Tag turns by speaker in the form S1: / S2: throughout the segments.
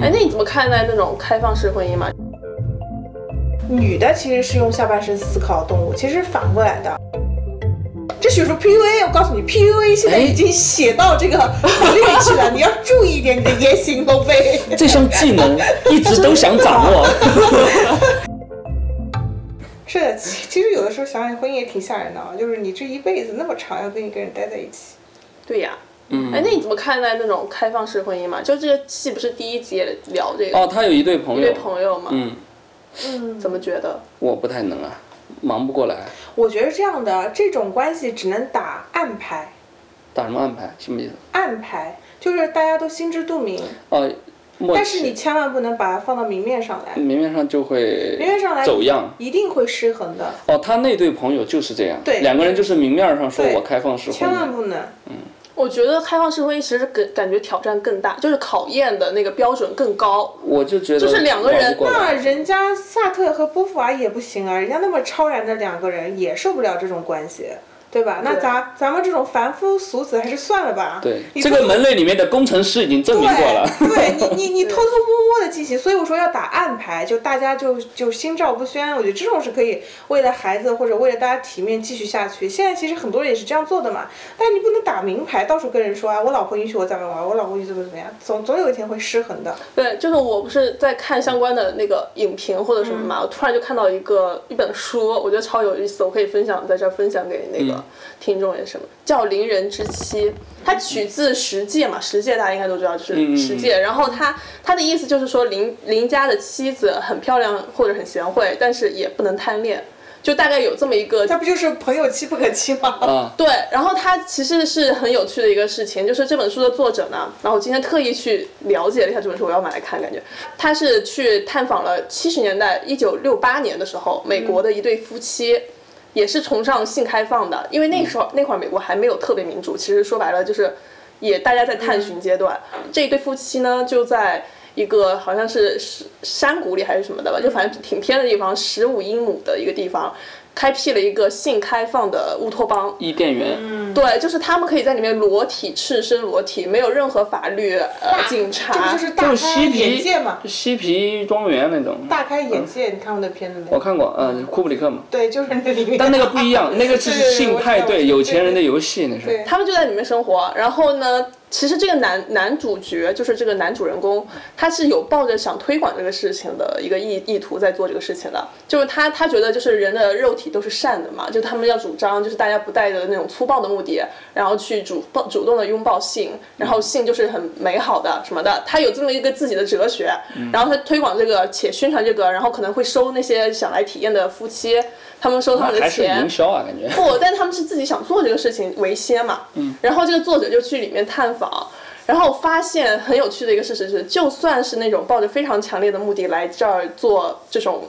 S1: 哎，那你怎么看待那种开放式婚姻嘛？
S2: 女的其实是用下半身思考的动物，其实反过来的。这学术 PUA，我告诉你，PUA 现在已经写到这个法律里去了，你要注意一点你的言行都被。
S3: 这项技能一直都想掌握。
S2: 是的，其其实有的时候想想婚姻也挺吓人的啊，就是你这一辈子那么长要跟一个人待在一起，
S1: 对呀、
S3: 嗯
S1: 哎，那你怎么看待那种开放式婚姻嘛？就这个戏不是第一集也聊这个、
S3: 哦，他有一对朋
S1: 一对
S3: 友，
S1: 朋友嘛？
S3: 嗯，
S2: 嗯，
S1: 怎么觉得？
S3: 我不太能啊，忙不过来，
S2: 我觉得这样的这种关系只能打暗牌，
S3: 打什么安排？什么意思？
S2: 暗牌就是大家都心知肚明，
S3: 哦，默
S2: 但是你
S3: 契，
S2: 千万不能把它放到明面上来，
S3: 明面上就
S2: 明
S3: 会
S2: 面上来
S3: 走样。
S2: 一定会失衡的，
S3: 哦，他那对朋友就是这样，
S2: 对
S3: 两个人就是明面上说
S2: 对
S3: 我开放式婚
S2: 千
S3: 姻，
S2: 万不能。
S1: 我觉得开放式婚姻其实感感觉挑战更大，就是考验的那个标准更高。
S3: 我就觉得
S1: 就是两个人
S3: 忙不过
S2: 那
S3: 来
S2: 人家萨特和波伏娃也不行啊，人家那么超然的两个人也受不了这种关系，对吧？那
S1: 对
S2: 咱咱们这种凡夫俗子还是算了吧。
S3: 对，
S2: 你
S3: 这
S2: 偷
S3: 个门类里面的工程师已经证明过了。
S2: 对，对你你 你偷偷摸摸的进行，所以我说要打暗牌，就大家就就心照不宣。我觉得这种是可以为了孩子或者为了大家体面继续下去。现在其实很多人也是这样做的嘛，但你不能打明牌，到处跟人说啊，我老婆允许我在外玩，我老婆允许怎么怎么样，总总有一天会失衡的。
S1: 对，就是我不是在看相关的那个影评或者什么
S3: 嗯
S1: 嘛，我突然就看到一个一本书，我觉得超有意思，我可以分享在这儿分享给那个
S3: 嗯
S1: 听众也是什么，叫《邻人之妻》，它取自《十戒》嘛，《十戒》大家应该都知道，就是
S3: 嗯嗯
S1: 《
S3: 嗯
S1: 十戒》然后它它的意思就是说邻邻家的妻子很漂亮或者很贤惠，但是也不能贪恋，就大概有这么一个
S2: 那不就是朋友妻不可欺吗？
S3: 啊，
S1: 对，然后它其实是很有趣的一个事情，就是这本书的作者呢，然后我今天特意去了解了一下这本书，我要买来看，感觉他是去探访了七十年代一九六八年的时候，美国的一对夫妻。也是崇尚性开放的，因为那时候、那会儿美国还没有特别民主，其实说白了就是，也大家在探寻阶段。这一对夫妻呢，就在一个好像是是山谷里还是什么的吧，就反正挺偏的地方，十五英亩的一个地方，开辟了一个性开放的乌托邦。
S3: 伊甸园，
S2: 嗯
S1: 对，就是他们可以在里面裸体、赤身裸体，没有任何法律、呃、警
S2: 这不
S1: 察
S2: 就。是大
S3: 就是
S2: 开
S3: 嬉
S2: 眼界嘛？
S3: 皮嬉皮庄园那种。
S2: 大开眼界，你看过那片子没
S3: 我？看过，嗯，库布里克嘛，
S2: 对，就是那里面。
S3: 但那个不一样，那个是
S2: 对对对
S3: 性
S2: 我知道
S3: 派
S2: 我知
S3: 对，
S2: 道
S3: 有钱人的游戏那是
S2: 对。
S1: 他们就在里面生活，然后呢，其实这个男男主角就是这个男主人公，他是有抱着想推广这个事情的一个意意图在做这个事情的，就是他他觉得就是人的肉体都是善的嘛，就他们要主张就是大家不带着那种粗暴的目的，然后去主抱主动的拥抱性，然后性就是很美好的什么的，他有这么一个自己的哲学，
S3: 嗯
S1: 然后他推广这个且宣传这个，然后可能会收那些想来体验的夫妻，他们收他
S3: 那
S1: 们的
S3: 还是
S1: 钱，
S3: 营销啊，感觉。
S1: 不，但他们是自己想做这个事情为先嘛。嗯。然后这个作者就去里面探访，然后发现很有趣的一个事实是，就算是那种抱着非常强烈的目的来这儿做这种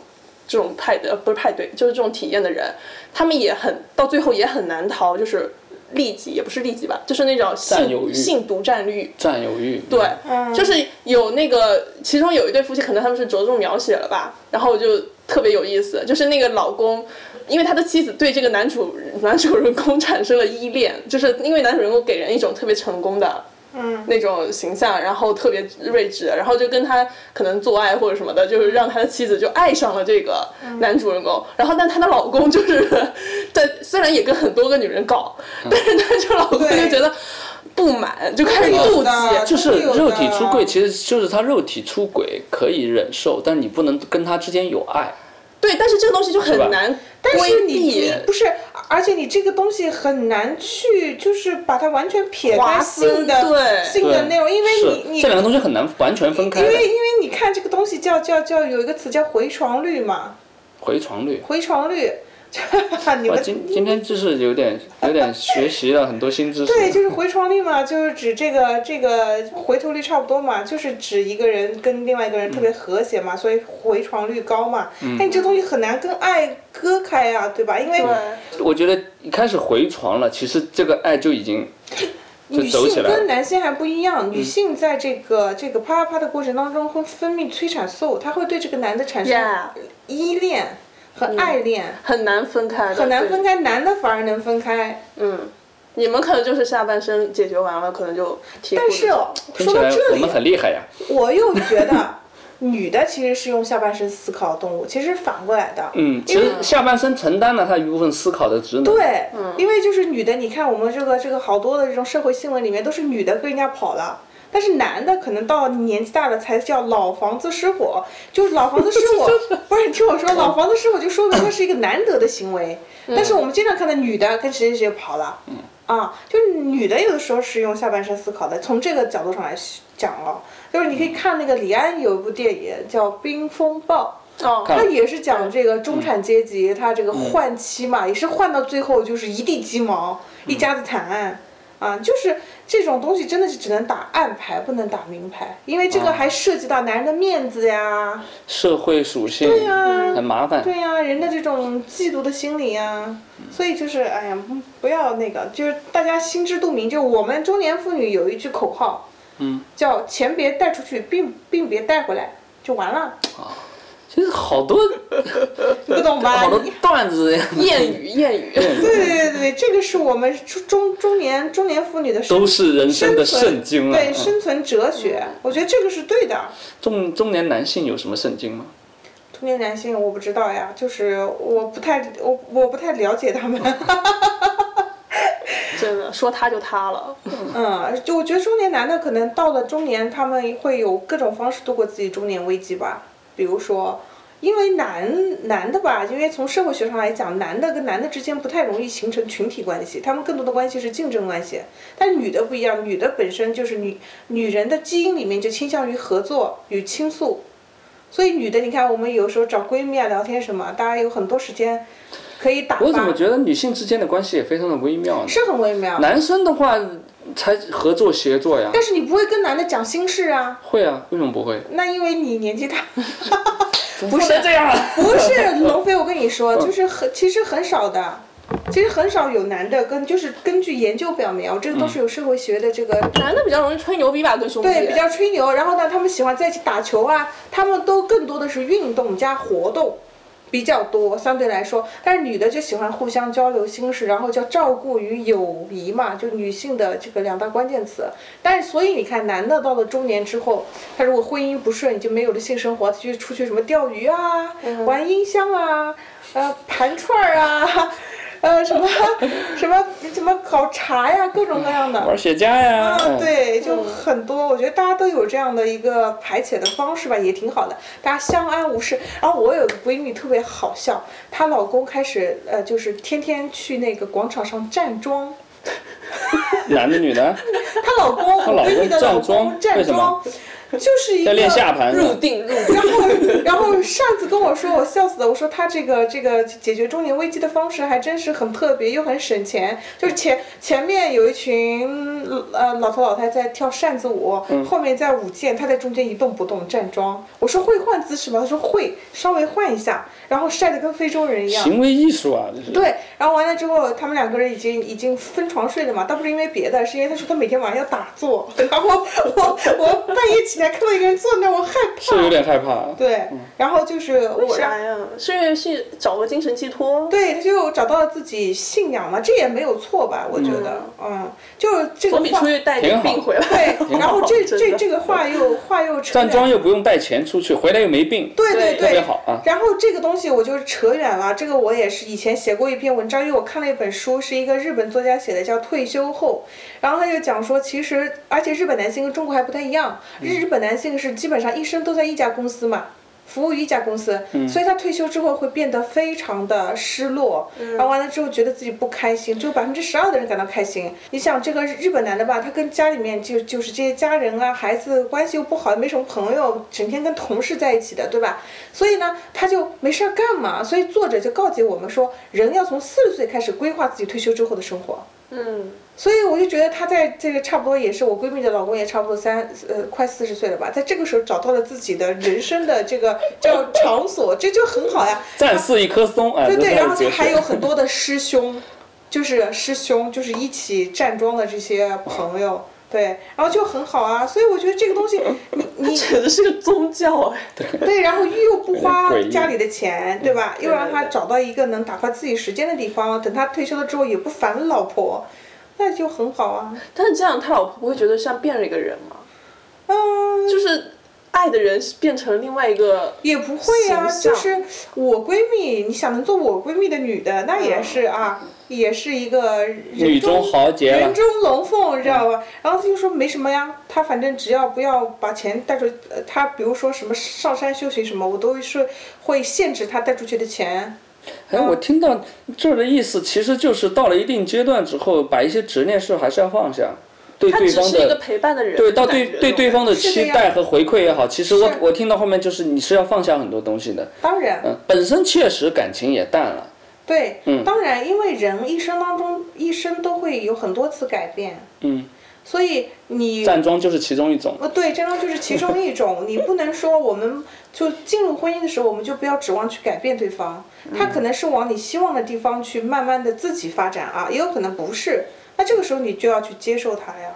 S1: 这种派对，呃不是派对，就是这种体验的人，他们也很到最后也很难逃，就是利己，也不是利己吧，就是那种
S3: 占有欲
S1: 性性独占率。
S3: 占有欲。
S1: 对，
S2: 嗯
S1: 就是有那个，其中有一对夫妻，可能他们是着重描写了吧，然后就特别有意思，就是那个老公，因为他的妻子对这个男主男主人公产生了依恋，就是因为男主人公给人一种特别成功的。
S2: 嗯，
S1: 那种形象，然后特别睿智，然后就跟他可能做爱或者什么的，就是让他的妻子就爱上了这个
S2: 嗯
S1: 男主人公。然后，但她的老公就是 在虽然也跟很多个女人搞，
S2: 嗯
S1: 但是她就老公就
S2: 对
S1: 觉得不满，就开始
S2: 有
S1: 妒
S2: 的
S1: 忌。
S3: 就是
S2: 有的
S3: 肉体出柜，其实就是他肉体出轨可以忍受，但你不能跟他之间有爱。
S1: 对，但是这个东西就很
S3: 吧
S1: 难
S2: 但是
S1: 规
S2: 你你
S1: 避。
S2: 不是，而且你这个东西很难去，就是把它完全撇开
S1: 划
S2: 性
S1: 分
S2: 的
S1: 对
S2: 性的内容，因为
S3: 是
S2: 你你
S3: 这两个东西很难完全分开
S2: 因
S3: 的。
S2: 为因为你看这个东西叫叫叫有一个词叫回床率嘛，
S3: 回床率。
S2: 回床率， 你
S3: 哇，
S2: 们
S3: 今今天就是有点有点学习了很多新知识。
S2: 对，就是回床率嘛，就是指这个这个回头率差不多嘛，就是指一个人跟另外一个人特别和谐嘛，所以回床率高嘛。
S3: 嗯
S2: 那你这东西很难跟爱割开呀、对吧？因为
S3: 我觉得一开始回床了，其实这个爱就已经就
S2: 女
S3: 走起
S2: 性
S3: 来
S2: 跟
S3: 了。嗯
S2: 男性还不一样，女性在这个这个啪啪啪的过程当中会分泌催产素，她会对这个男的产生
S1: Yeah，
S2: 依恋和爱恋，
S1: 很难分开的，
S2: 很难分
S1: 开。
S2: 开，男的反而能分开。
S1: 嗯，你们可能就是下半身解决完了，可能就提裤
S2: 但
S1: 子
S2: 是
S1: 走
S2: 哦，
S3: 听
S2: 说
S3: 起
S2: 到
S3: 来
S2: 这
S3: 呃我
S2: 里
S3: 们，很厉害呀。
S2: 我又觉得女的其实是用下半身思考的动物，其实反过来的。
S3: 嗯，其实下半身承担了他一部分思考的职能。
S2: 对，因为就是女的，你看我们这个这个好多的这种社会新闻里面都是女的跟人家跑了。但是男的可能到年纪大了才叫老房子失火，就是老房子失火，不是你听我说，老房子失火就说明它是一个难得的行为。但是我们经常看到女的跟谁谁谁跑了，啊，就是女的有的时候是用下半身思考的。从这个角度上来讲哦，就是你可以看那个李安有一部电影叫《冰风暴》，
S1: 哦，
S2: 他也是讲这个中产阶级，他这个换妻嘛，也是换到最后就是一地鸡毛，一家子惨案啊，就是这种东西真的是只能打暗牌，不能打明牌，因为这
S3: 啊
S2: 个还涉及到男人的面子呀，
S3: 社会属性很麻烦。
S2: 对呀、人的这种嫉妒的心理呀，
S3: 嗯
S2: 所以就是哎呀，不不要那个，就是大家心知肚明，就我们中年妇女有一句口号，嗯，叫钱别带出去，并并别带回来，就完了，
S3: 其实好多
S2: 你不懂吧？
S3: 好多
S2: 你
S3: 段子呀，
S1: 谚语谚
S3: 嗯
S1: 语，
S2: 对对对对，这个是我们中中中年中年妇女的生
S3: 都是人生的圣经啊。
S2: 对
S3: 嗯
S2: 生存哲学，我觉得这个是对的。
S3: 中中年男性有什么圣经吗？
S2: 中年男性我不知道呀，就是我不太我我不太了解他们，
S1: 真的说塌就塌了。
S2: 嗯，就我觉得中年男的可能到了中年，他们会有各种方式度过自己中年危机吧，比如说。因为男男的吧，因为从社会学上来讲，男的跟男的之间不太容易形成群体关系，他们更多的关系是竞争关系。但女的不一样，女的本身就是女女人的基因里面就倾向于合作与倾诉，所以女的你看，我们有时候找闺蜜啊聊天什么，大家有很多时间可以打发，
S3: 我怎么觉得女性之间的关系也非常的微妙呢？
S2: 是很微妙。
S3: 男生的话才合作协作呀，
S2: 但是你不会跟男的讲心事啊，
S3: 会啊，为什么不会？
S2: 那因为你年纪大，
S3: 不能这样，
S2: 不是龙飞，我跟你说，就是很其实很少的，其实很少有男的跟就是根据研究表明，这个都是有社会学的这个。
S1: 男的比较容易吹牛逼吧，跟兄弟。
S2: 对，比较吹牛，然后呢，他们喜欢在一起打球啊，他们都更多的是运动加活动比较多，相对来说，但是女的就喜欢互相交流心事，然后叫照顾与友谊嘛，就女性的这个两大关键词。但是所以你看，男的到了中年之后，他如果婚姻不顺，就没有了性生活，他就出去什么钓鱼啊、玩音箱啊、呃盘串儿啊。 呃，什么什么什么搞茶呀，各种各样的。
S3: 玩雪茄呀。
S2: 啊，
S3: 嗯
S2: 对，就很多，我觉得大家都有这样的一个排解的方式吧，也挺好的，大家相安无事。然后我有个闺蜜特别好笑，她老公开始呃，就是天天去那个广场上站 桩。
S3: 男的 女的
S2: 她老公，
S3: 她
S2: 我
S3: 老
S2: 闺蜜
S3: 公
S2: 的
S3: 站
S2: 老公
S3: 桩
S2: 站
S3: 为什
S2: 桩
S3: 么，
S2: 就是一个
S3: 在练下盘啊
S1: 入
S3: 呢。
S1: 定入
S2: 然后， 然后上次跟我说，我笑死了。我说他这个这个解决中年危机的方式还真是很特别，又很省钱。就是前前面有一群呃老头老太在跳扇子舞，后面在舞剑，他在中间一动不动站桩。我说会换姿势吗？他说会，稍微换一下，然后晒得跟非洲人一样。
S3: 行为艺术啊，这是。
S2: 对，然后完了之后，他们两个人已经已经分床睡了嘛，倒不是因为别的，是因为他说他每天晚上要打坐， 然后我我我半夜起来看到一个人坐那儿，我害怕。
S3: 是有点害怕。啊
S2: 对，然后就是我，
S1: 啥
S2: 然
S1: 呀？是因为是找个精神寄托，
S2: 对，他就找到了自己信仰嘛，这也没有错吧？我觉得，嗯，就是这个
S1: 总比
S2: 话
S1: 出，去带点病回来。
S2: 对，然后这
S1: 真
S2: 这
S1: 的
S2: 这个话又话又扯
S3: 站
S2: 远
S3: 桩，又不用带钱出去，回来又没病，
S2: 对
S1: 对
S2: 对
S3: 特别
S2: 对。
S3: 好啊。
S2: 然后这个东西我就扯远了，这个我也是以前写过一篇文章，因为我看了一本书，是一个日本作家写的，叫《退休后》，然后他就讲说，其实而且日本男性跟中国还不太一样，
S3: 嗯
S2: 日本男性是基本上一生都在一家公司嘛，服务于一家公司，
S3: 嗯
S2: 所以他退休之后会变得非常的失落，然后完了之后觉得自己不开心，只有百分之十二的人感到开心。你想这个日本男的吧，他跟家里面就就是这些家人啊、孩子关系又不好，没什么朋友，整天跟同事在一起的，对吧？所以呢，他就没事儿干嘛。所以作者就告诫我们说，人要从四十岁开始规划自己退休之后的生活。
S1: 嗯，
S2: 所以我就觉得她在这个差不多也是我闺蜜的老公也差不多三呃快四十岁了吧，在这个时候找到了自己的人生的这个叫场所，这就很好呀。
S3: 战士一棵松啊，
S2: 对
S3: 这
S2: 对，
S3: 才
S2: 然
S3: 有
S2: 后
S3: 哲
S2: 她还
S3: 学
S2: 有很多的师兄，就是师兄，就是一起站桩的这些朋友，对，然后就很好啊。所以我觉得这个东西，你你
S1: 简直是个宗教哎。
S2: 对，然后又不花
S3: 诡异嗯
S2: 家里的钱，对吧？又让他
S1: 对对
S2: 找到一个能打发自己时间的地方，等他退休了之后也不烦老婆。那就很好啊。
S1: 但是这样，他老婆不会觉得像变了一个人吗？
S2: 嗯，
S1: 就是爱的人是变成另外一个，
S2: 也不会啊，
S1: 呃形象
S2: 就是我闺蜜，你想能做我闺蜜的女的，那也是
S1: 嗯
S2: 啊，也是一个
S3: 女
S2: 人
S3: 中豪杰了嗯
S2: 人。中龙凤，知道吧？然后她就说没什么呀，她反正只要不要把钱带出，呃她比如说什么上山修行什么，我都是会限制她带出去的钱。
S3: 哎，我听到这儿的意思，其实就是到了一定阶段之后，把一些执念是还是要放下，对
S1: 他
S3: 对
S1: 只
S3: 方
S1: 是一个
S3: 的。
S1: 陪伴的人。
S3: 对，到对
S1: 感觉
S3: 对对方的
S2: 是的
S3: 期
S2: 呀
S3: 待和回馈也好，其实我
S2: 是
S3: 我听到后面就是你是要放下很多东西的，
S2: 当然，
S3: 嗯，本身确实感情也淡了，
S2: 对，
S3: 嗯
S2: 当然，因为人一生当中一生都会有很多次改变，
S3: 嗯，
S2: 所以你
S3: 站桩就是其中一种，
S2: 呃，对，这张就是其中一 种，你不能说我们就进入婚姻的时候，我们就不要指望去改变对方，
S3: 嗯
S2: 他可能是往你希望的地方去慢慢的自己发展啊，也有可能不是，那这个时候你就要去接受他呀，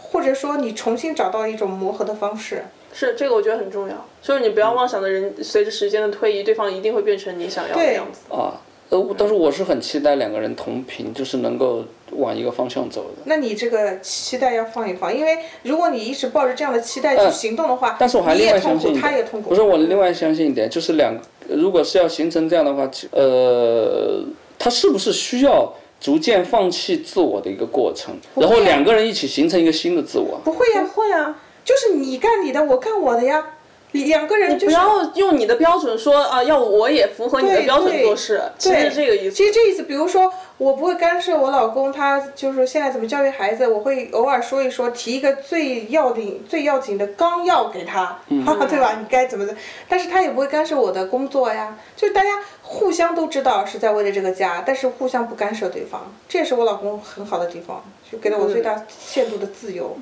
S2: 或者说你重新找到一种磨合的方式。
S1: 是这个，我觉得很重要。就是你不要妄想的人，随着时间的推移，对方一定会变成你想要的
S2: 嗯对
S1: 样子。
S3: 啊，呃，我但是我是很期待两个人同频，就是能够往一个方向走的。
S2: 那你这个期待要放一放，因为如果你一直抱着这样的期待去行动的话，
S3: 嗯但是我还
S2: 你
S3: 另
S2: 也
S3: 外
S2: 痛
S3: 相信
S2: 苦，
S3: 一
S2: 他
S3: 点，
S2: 也痛苦。
S3: 不是我另外相信一点，就是两，如果是要形成这样的话，其呃，他是不是需要逐渐放弃自我的一个过程，然后两个人一起形成一个新的自我？
S2: 不会呀、不会啊，就是你干你的，我干我的呀，两个人
S1: 你
S2: 就
S1: 不
S2: 是。
S1: 要用你的标准说啊，要我也符合你的
S2: 对
S1: 标准
S2: 对
S1: 做事，其实
S2: 对，
S1: 是这个意思。
S2: 其实这意思，比如说，我不会干涉我老公，他就是现在怎么教育孩子，我会偶尔说一说，提一个最要紧、最要紧的纲要给他，
S1: 嗯
S2: 对吧？你该怎么的？但是他也不会干涉我的工作呀。就是大家互相都知道是在为了这个家，但是互相不干涉对方，这也是我老公很好的地方，就给了我最大限度的自由。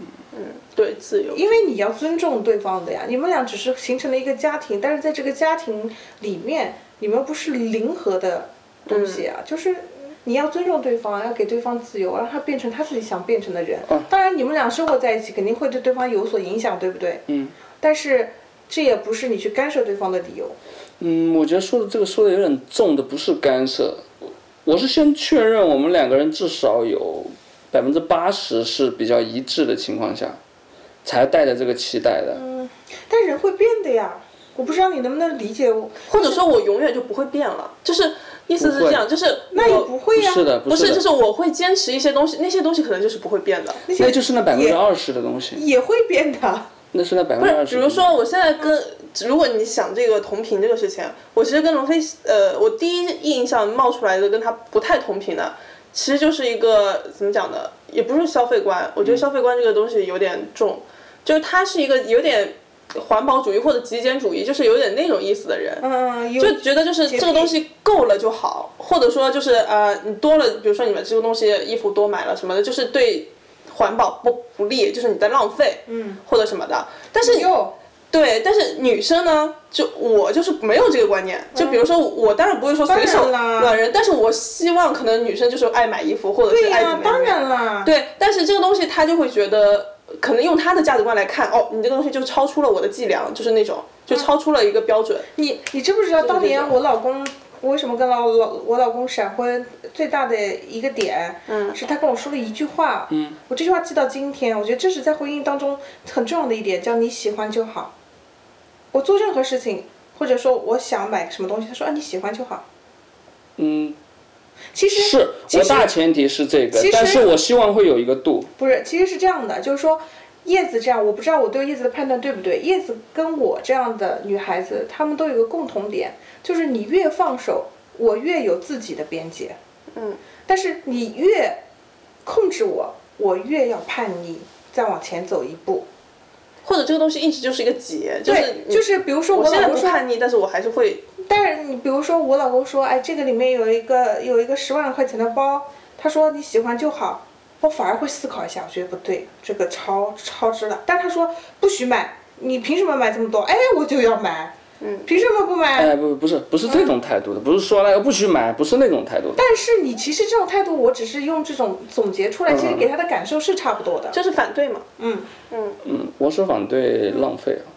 S1: 对，自由。
S2: 因为你要尊重对方的呀，你们俩只是形成了一个家庭，但是在这个家庭里面，你们不是零和的东西
S1: 嗯
S2: 啊，就是你要尊重对方，要给对方自由，让他变成他自己想变成的人。
S1: 嗯
S2: 当然，你们俩生活在一起，肯定会对对方有所影响，对不对？
S3: 嗯。
S2: 但是这也不是你去干涉对方的理由。
S3: 嗯，我觉得说的这个说的有点重的，不是干涉，我是先确认我们两个人至少有百分之八十是比较一致的情况下，才带着这个期待的。
S2: 嗯但人会变的呀，我不知道你能不能理解我，
S1: 或者说我永远就不会变了，就是意思是
S3: 不会
S1: 这样，就是
S2: 那也
S1: 我
S2: 不会呀、
S3: 不是的，
S1: 不
S3: 是
S1: 是，
S3: 的，
S1: 就是我会坚持一些东西，那些东西可能就是不会变的。
S2: 那些
S3: 那就是那百分之二十的东西，
S2: 也会变的。
S3: 那是那百分
S1: 不
S3: 之
S1: 是
S3: 二，
S1: 比
S3: 十。
S1: 如说我现在跟，如果你想这个同频这个事情，我其实跟龙飞，呃，我第一印象冒出来的跟他不太同频的，其实就是一个怎么讲呢，也不是消费观，我觉得消费观这个东西有点重，就是他是一个有点环保主义或者极简主义，就是有点那种意思的人。
S2: 嗯，有
S1: 就觉得就是这个东西够了就好，或者说就是呃，你多了，比如说你们这个东西衣服多买了什么的，就是对环保不不利，就是你在浪费，嗯，或者什么的。但是
S2: 有
S1: 对，但是女生呢，就我就是没有这个观念。就比如说我当然不会说随手
S2: 嗯当然啦
S1: 乱扔，但是我希望可能女生就是爱买衣服或者是
S2: 对
S1: 爱
S2: 哎呀、
S1: 怎么样。
S2: 当然啦。
S1: 对，但是这个东西他就会觉得，可能用他的价值观来看，哦，你这个东西就超出了我的计量，就是那
S2: 嗯
S1: 种就超出了一个标准。
S2: 你你知不知道当
S1: 这
S2: 年
S1: 种
S2: 我老公我为什么跟老老我老公闪婚最大的一个点，嗯，是他跟我说了一句话，嗯，我这句话记到今天，我觉得这是在婚姻当中很重要的一点，叫你喜欢就好。我做任何事情，或者说我想买什么东西，他说啊你喜欢就好。
S3: 嗯，
S2: 其实
S3: 是
S2: 其
S3: 我
S2: 实
S3: 大前提是这个
S2: 其，实
S3: 但是我希望会有一个度。
S2: 不是，其实是这样的，就是说叶子这样，我不知道我对叶子的判断对不对。叶子跟我这样的女孩子，她们都有一个共同点，就是你越放手，我越有自己的边界。
S1: 嗯，
S2: 但是你越控制我，我越要叛逆，再往前走一步。
S1: 或者这个东西一直就是一个结，就是
S2: 对，
S1: 你
S2: 就是比如说
S1: 我
S2: 我
S1: 现
S2: 老
S1: 在
S2: 公
S1: 不
S2: 说，
S1: 叛逆，但是我还是会
S2: 但是你比如说我老公说，哎，这个里面有一个有一个十万块钱的包，他说你喜欢就好，我反而会思考一下，我觉得不对，这个超超支了。但他说不许买，你凭什么买这么多？哎，我就要买，嗯，凭什么不买？
S3: 哎，不，不是，不是这种态度的，不是说了不许买，不是那种态度的。
S2: 但是你其实这种态度，我只是用这种总结
S1: 嗯
S2: 出来，其实给他的感受是差不多的。
S1: 就是反对嘛。
S2: 嗯，
S3: 嗯，我是反对浪费啊。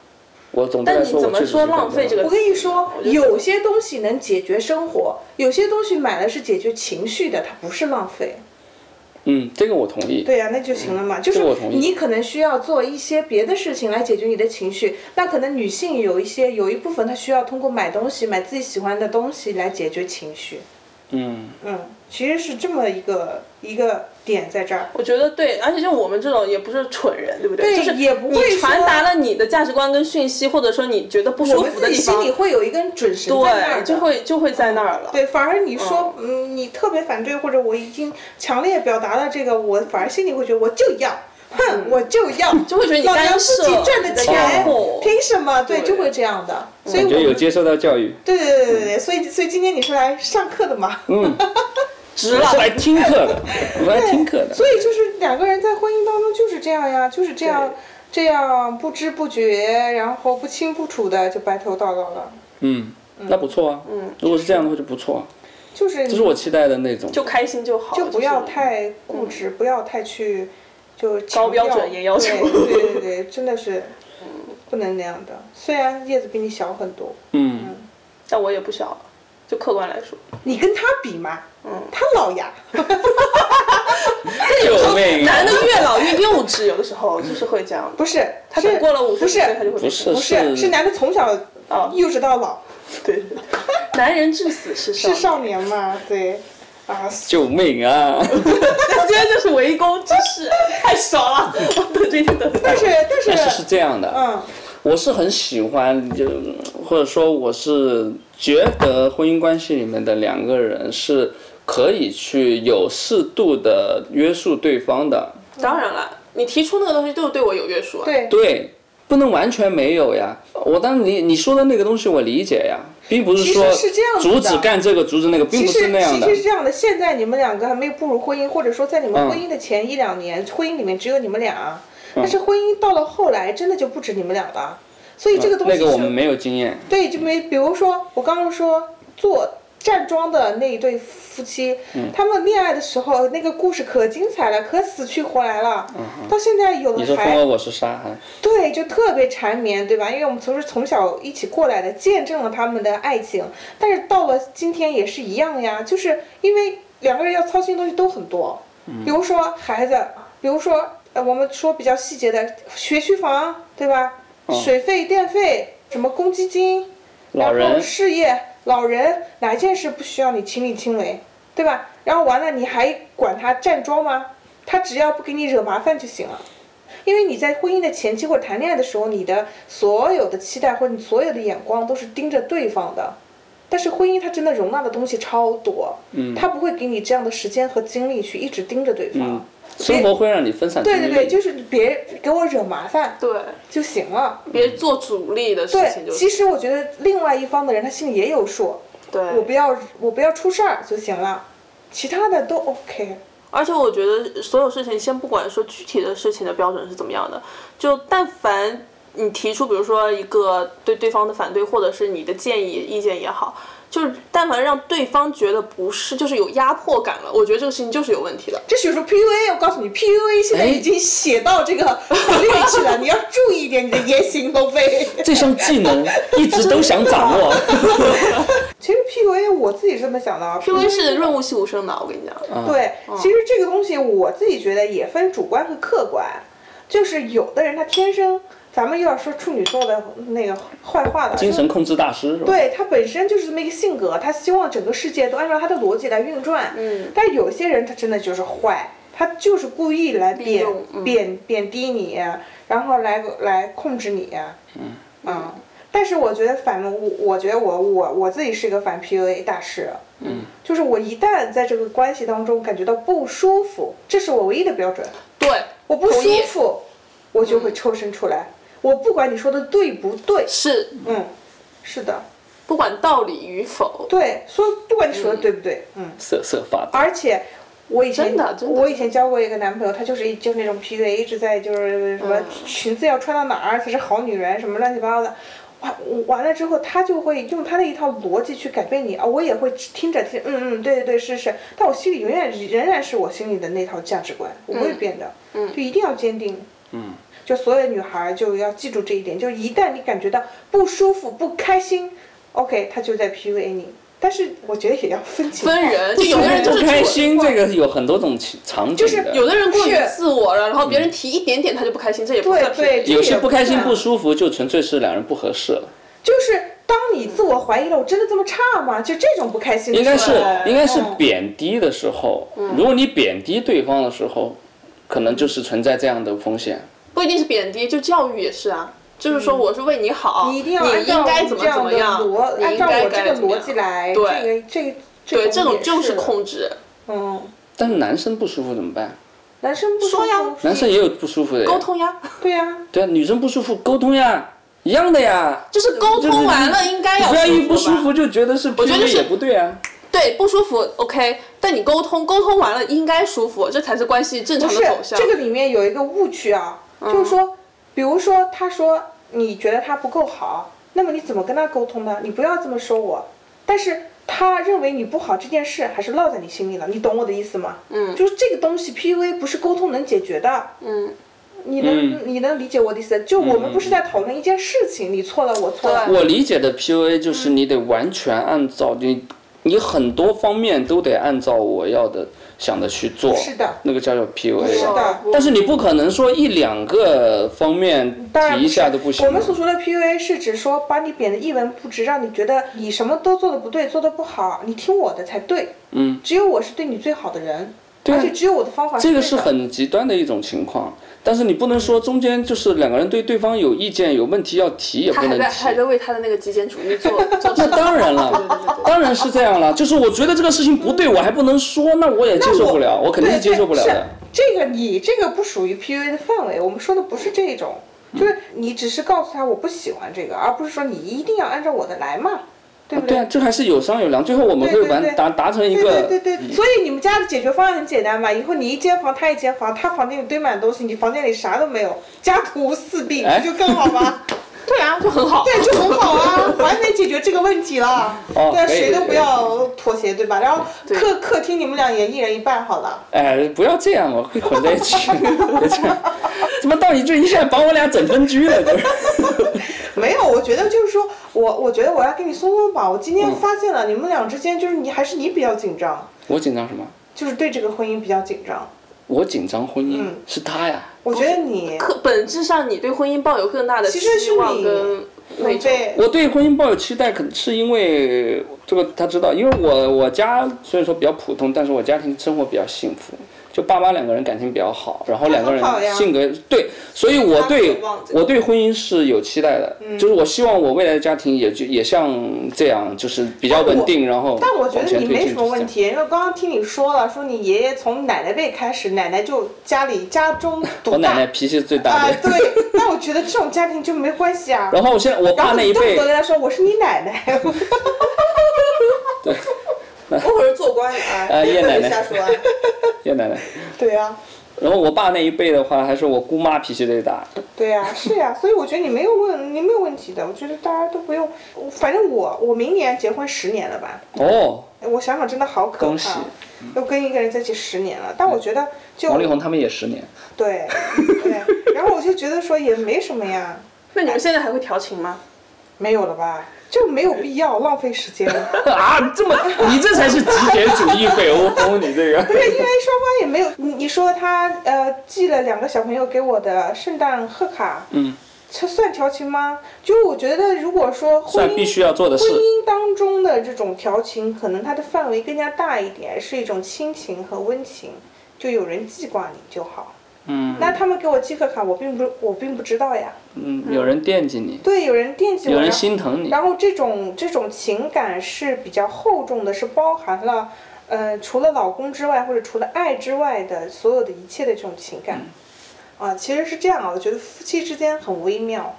S3: 我总的
S1: 但
S3: 来
S1: 你
S3: 说，
S1: 怎
S3: 我
S1: 么
S3: 确实
S1: 说
S3: 是反
S1: 浪
S3: 对
S1: 费这个
S2: 我跟你说，
S1: 我就觉得
S2: 有些东西能解决生活，有些东西买了是解决情绪的，它不是浪费。
S3: 嗯，这个我同意。
S2: 对呀、那就行了嘛。就是
S3: 嗯这个我同意
S2: 你可能需要做一些别的事情来解决你的情绪。那可能女性有一些有一部分她需要通过买东西、买自己喜欢的东西来解决情绪。
S3: 嗯，
S2: 嗯，其实是这么一个一个点在这儿。
S1: 我觉得对，而且就我们这种也不是蠢人，对不对？
S2: 对
S1: 就是
S2: 也不会
S1: 你传
S2: 说
S1: 达了你的价值观跟讯息，或者说你觉得不舒
S2: 我们
S1: 服的
S2: 自己
S1: 地
S2: 心
S1: 方
S2: 里，会有一根准绳在那儿
S1: 对，
S2: 的
S1: 就会就会在那儿 了。
S2: 对，反而你说，嗯，你特别反对，或者我已经强烈表达了这个，我反而心里会觉得我就要，哼，我就要，
S1: 嗯 就会觉得你
S2: 老娘
S1: 干
S2: 自
S1: 涉
S2: 己赚的
S1: 你在干
S2: 钱
S1: 涉，
S2: 凭什么？对，
S1: 对嗯
S2: 就会这样的。所以
S3: 感
S2: 我
S3: 觉有
S2: 们
S3: 接受到教育。
S2: 对对对对对，所以所以今天你是来上课的嘛？
S3: 嗯，
S1: 值
S3: 我
S1: 了
S3: 是。来听课 的，我来听课的。
S2: 所以就是两个人在婚姻当中就是这样呀，就是这样
S1: 对
S2: 这样不知不觉，然后不清不楚的就白头到老了，
S3: 嗯，那不错啊。嗯，如果是这样的话就不错啊，
S2: 就是
S3: 这是我期待的那种。
S1: 就开心就好，就
S2: 就不要
S1: 是
S2: 太固执，不要太去就
S1: 嗯高
S2: 强
S1: 标准也要求嗯
S2: 对对对对，真的是不能那样的。虽然叶子比你小很多，
S3: 嗯，
S1: 但我也不小了，就客观来说，
S2: 你跟他比嘛，嗯，他老呀，
S3: 救命啊
S1: 男！的越老越幼稚，有的时候就是会这样。
S2: 不是，
S1: 他
S2: 是
S1: 等过了五十
S2: 不是
S1: 岁，他就会哦
S3: 不是
S2: 不是是男的从小幼稚到老，
S1: 对，男人至死是少
S2: 是
S1: 年。
S2: 少年嘛，对啊，
S3: 救 命啊！
S1: 今天就是围攻之 势，太爽了！我等这一天等了。
S2: 但是但
S3: 但是
S2: 是
S3: 是这样的，
S2: 嗯，
S3: 我是很喜欢，就或者说我是觉得婚姻关系里面的两个人是可以去有适度的约束对方的，
S1: 当然了，你提出那个东西就是对我有约束啊。
S2: 对
S3: 对，不能完全没有呀。我当然你你说的那个东西我理解呀，并不是
S2: 其实
S3: 说
S2: 是这样子
S3: 阻
S2: 的
S3: 止干这个阻止那个，并
S2: 其
S3: 不
S2: 实
S3: 是那样的
S2: 其实。是这样的，现在你们两个还没有步入婚姻，或者说在你
S3: 嗯
S2: 们婚姻的前一两年，婚姻里面只有你们俩，但是婚姻到了后来，真的就不止你们俩了。所以这个东西
S3: 嗯
S2: 是、
S3: 那个我们没有经验，
S2: 对就没，比如说我刚刚说做站桩的那一对夫妻，
S3: 嗯
S2: 他们恋爱的时候那个故事可精彩了，可死去活来了，到现在有
S3: 嗯你说
S2: 了
S3: 风
S2: 孩
S3: 儿我是沙哈，
S2: 对，就特别缠绵，对吧？因为我们从是从小一起过来的，见证了他们的爱情，但是到了今天也是一样呀，就是因为两个人要操心的东西都很多，
S3: 嗯
S2: 比如说孩子，比如说呃，我们说比较细节的学区房，对吧？
S3: 嗯
S2: 水费、电费，什么公积金，
S3: 老
S2: 然后
S3: 人
S2: 事业、老人哪件事不需要你亲力亲为，对吧？然后完了你还管他站桩吗？他只要不给你惹麻烦就行了。因为你在婚姻的前期或者谈恋爱的时候，你的所有的期待或者你所有的眼光都是盯着对方的，但是婚姻它真的容纳的东西超多，嗯，他不会给你这样的时间和精力去一直盯着对方。
S3: 生活会让你分散注意
S2: 对
S3: 力。
S2: 对对，就是别给我惹麻烦
S1: 对，
S2: 就行了。
S1: 别做主力的事情
S2: 对，
S1: 就
S2: 其
S1: 是。
S2: 实我觉得另外一方的人他心里也有数，我不
S1: 对，
S2: 要我不要出事儿就行了，其他的都 OK。
S1: 而且我觉得所有事情，先不管说具体的事情的标准是怎么样的，就但凡你提出，比如说一个对对方的反对，或者是你的建议、意见也好，就是但凡让对方觉得不是，就是有压迫感了，我觉得这个事情就是有问题的。
S2: 这学术 PUA，我告诉你，PUA
S3: 哎
S2: 现在已经写到这个 法律里去了，你要注意一点你的言行都 被。
S3: 这项 技能一直都想掌握。
S2: 其实 PUA 我自己是这么想的啊嗯
S1: 因为是润物细无声的，我跟你讲。
S3: 啊
S2: 对，
S3: 嗯
S2: 其实这个东西我自己觉得也分主观和客观，就是有的人他天生，咱们又要说处女座的那个坏话了，
S3: 精
S2: 就是
S3: 神控制大师是吧？
S2: 对他本身就是这么一个性格，他希望整个世界都按照他的逻辑来运转。嗯，但有些人他真的就是坏，他就是故意来
S1: 利
S2: 贬
S1: 用嗯
S2: 贬贬低你，然后来来控制你。嗯但是我觉得反我我觉得我我我自己是一个反 PUA 大师。嗯，就是我一旦在这个关系当中感觉到不舒服，这是我唯一的标准。
S1: 对，
S2: 我不
S1: 同
S2: 舒
S1: 意嗯
S2: 服，我就会抽身出来。我不管你说的对不对，
S1: 是
S2: 嗯，是的。
S1: 不管道理与否，
S2: 对，说不管你说的对不对，嗯，
S3: 瑟瑟发抖。
S2: 而且我以前
S1: 真的真的
S2: 我以前交过一个男朋友，他就是一就是那种 PUA，一直在就是什么
S1: 嗯
S2: 裙子要穿到哪儿才是好女人，什么乱七八糟的。完完了之后，他就会用他的一套逻辑去改变你啊，我也会听着听，嗯嗯，对对对，是是，但我心里永远仍然是我心里的那套价值观，我
S1: 嗯
S2: 不会变的，就一定要坚定。就所有女孩儿就要记住这一点，就一旦你感觉到不舒服、不开心，OK，他就在 PUA 你。但是我觉得也要分情况
S1: 分人，就有的人就
S3: 不
S1: 是
S3: 开
S1: 处
S3: 心，这个有很多种情场景
S2: 就是
S3: 的。
S1: 有的人过于
S2: 是
S1: 自我了，然后别
S3: 嗯
S1: 人提一点点他就不开心，这也不
S2: 对
S1: 算
S2: 对，这
S3: 有
S2: 也
S3: 些不开心
S2: 算
S1: 啊
S3: 不舒服，就纯粹是两人不合适了。
S2: 就是当你自我怀疑了，我真的这么差吗？就这种不开心的
S3: 应
S2: 时候，
S3: 该是应该是
S2: 嗯
S3: 贬低的时候，
S1: 嗯
S3: 如果你贬低对方的时候，可能就是存在这样的风险。
S1: 不一定是贬低，就教育也是啊。就是说，我是为你好，
S2: 嗯你
S1: 你
S2: 一定要按照
S1: 应该怎么
S2: 这
S1: 怎
S2: 样
S1: 么
S2: 的
S1: 样，
S2: 逻，
S1: 你
S2: 按
S1: 应
S2: 照
S1: 该
S2: 我
S1: 该
S2: 这个
S1: 怎么
S2: 逻
S1: 样
S2: 辑来，
S1: 对
S2: 这个这
S1: 对，
S2: 个
S1: 这
S2: 也
S1: 种就是
S2: 的
S1: 控制。
S2: 嗯，
S3: 但是男生不舒服怎么办？
S2: 男生不
S1: 说呀
S2: 舒服
S3: 男生也有不舒服的呀
S1: 沟，通呀，
S2: 对呀，
S3: 对啊，女生不舒服沟通呀，一样的呀。
S1: 就是沟通完了应该
S3: 你
S1: 要
S3: 不要一不
S1: 舒
S3: 舒
S1: 服吧
S3: 服就觉得是
S1: 我觉得
S3: PUA
S1: 是
S3: 也不对啊。
S1: 对，不舒服 OK，但你沟通沟通完了应该舒服，这才是关系正常
S2: 不
S1: 的
S2: 是
S1: 走向。嗯
S2: 哎这个里面有一个误区啊，就是说，比如说他说你觉得他不够好，那么你怎么跟他沟通呢？你不要这么说我，但是。他认为你不好这件事还是落在你心里了，你懂我的意思吗？嗯，就是这个东西 PUA 不是沟通能解决的。
S1: 嗯，
S2: 你能、你能理解我的意思？就我们不是在讨论一件事情，你错了，我错了。
S3: 我理解的 PUA 就是
S2: 嗯
S3: 你得完全按照你，你很多方面都得按照我要的想的去做。
S2: 是的，
S3: 那个叫做
S2: 是
S3: PUA
S2: 的。
S3: 但是你不可能说一两个方面
S2: 当然
S3: 提一下都不行
S2: 我
S3: 啊。
S2: 们所说的 PUA 是指说把你贬得一文不值，让你觉得你什么都做的不对，做的不好，你听我的才对。
S3: 嗯，
S2: 只有我是对你最好的人，
S3: 对啊
S2: 而且只有我的方法
S3: 这个
S2: 对
S3: 是
S2: 的。
S3: 很极端的一种情况，但是你不能说中间就是两个人对对方有意见、有问题要提，也
S1: 他
S3: 不
S1: 还
S3: 能
S1: 在
S3: 提
S1: 还。在为他的那个极简主义 做做事
S3: 那。当然
S1: 对对
S3: 了，
S1: 对对对
S3: 当然是这样了。就是我觉得这个事情不对，我还不能说，那我也接受不了，我肯定是接受不了
S2: 对对
S3: 的。
S2: 是这个你这个不属于 PUA 的范围，我们说的不是这种，
S3: 嗯
S2: 就是你只是告诉他我不喜欢这个，而不是说你一定要按照我的来嘛，对不
S3: 对啊，这还是有商有量，最后我们
S2: 对对
S3: 会
S2: 对
S3: 完达达成一
S2: 对
S3: 个
S2: 对对对，所以你们家的解决方案很简单吧？以后你一间房，他一间房，他房间里堆满东西，你房间里啥都没有，家徒四壁，
S3: 哎
S2: 不就更好吗？
S1: 对啊，就很好。
S2: 对，就很好啊，完美解决这个问题了。
S3: 哦
S2: 对，
S3: 可以
S2: 谁都
S3: 可以
S2: 不要妥协，对吧？然后
S1: 对
S2: 客客厅你们俩也一人一半好了。
S3: 哎，不要这样，我会混在一起。 别这样，怎么到你这一下把我俩整分居了？就是
S2: 没有，我觉得就是说我，我觉得我要给你松松绑。我今天发现了，你们俩之间就是你还是你比较紧张，
S3: 我紧张什么？
S2: 就是对这个婚姻比较紧张。
S3: 我紧张婚姻
S2: 嗯，
S3: 是他呀。
S2: 我觉得你
S1: 可本质上，你对婚姻抱有更大的
S2: 其实是
S1: 期望
S2: 你
S1: 跟
S2: 违
S1: 那种。
S2: 背
S3: 我对婚姻抱有期待，可能是因为这个他知道，因为我我家虽然说比较普通，但是我家庭生活比较幸福，就爸妈两个人感情比较好，然后两个人
S2: 那很好呀
S3: 性格对，所以我对
S2: 他渴望这个
S3: 我对婚姻是有期待的，
S2: 嗯
S3: 就是我希望我未来的家庭也就也像这样，就是比较稳定，然后
S2: 但我觉
S3: 往
S2: 得
S3: 前
S2: 你
S3: 推
S2: 没
S3: 进
S2: 什么问。题，因为刚刚听你说了，说你爷爷从奶奶辈开始，奶奶就家里家中
S3: 就是
S2: 独
S3: 这样我
S2: 大
S3: 奶奶脾气最
S2: 啊、
S3: 大的，
S2: 对。那我觉得这种家庭就没关系啊。
S3: 然后我现在我
S2: 然
S3: 爸
S2: 后
S3: 那
S2: 你
S3: 一
S2: 动不
S3: 辈
S2: 动，跟他说我是你奶 奶，
S4: 我可是做官的啊，
S3: 呃叶奶奶
S4: 别瞎说啊。
S3: 爷奶奶，
S2: 对啊，
S3: 然后我爸那一辈的话，还是我姑妈脾气最大，
S2: 对啊，是呀、所以我觉得你没有问，你没有问题的。我觉得大家都不用，我反正我我明年结婚十年了吧，
S3: 哦，
S2: 我想想真的好可
S3: 恭喜
S2: 怕，又跟一个人在一起十年了，但我觉得就
S3: 王力宏他们也十年。
S2: 对对，然后我就觉得说也没什么呀，
S1: 那你们现在还会调情吗？
S2: 没有了吧，就没有必要浪费时间 了。
S3: 啊，这么你这才是极简主义北欧风，你这
S2: 不
S3: 个。
S2: 是因为双方也没有，你你说他呃寄了两个小朋友给我的圣诞贺卡，
S3: 嗯，
S2: 这算调情吗？就是我觉得如果说婚
S3: 算
S2: 姻
S3: 必须要做的事
S2: 婚。姻当中的这种调情，可能它的范围更加大一点，是一种亲情和温情，就有人记挂你就好。
S3: 嗯
S2: 那他们给我寄贺卡，我并不我并不知道呀。
S3: 嗯，有人惦记你，
S2: 对，有人惦记我，
S3: 有人
S2: 然后
S3: 心疼你。
S2: 然后这种这种情感是比较厚重的，是包含了，呃，除了老公之外，或者除了爱之外的所有的一切的这种情感，
S3: 嗯
S2: 啊，其实是这样啊，我觉得夫妻之间很微妙，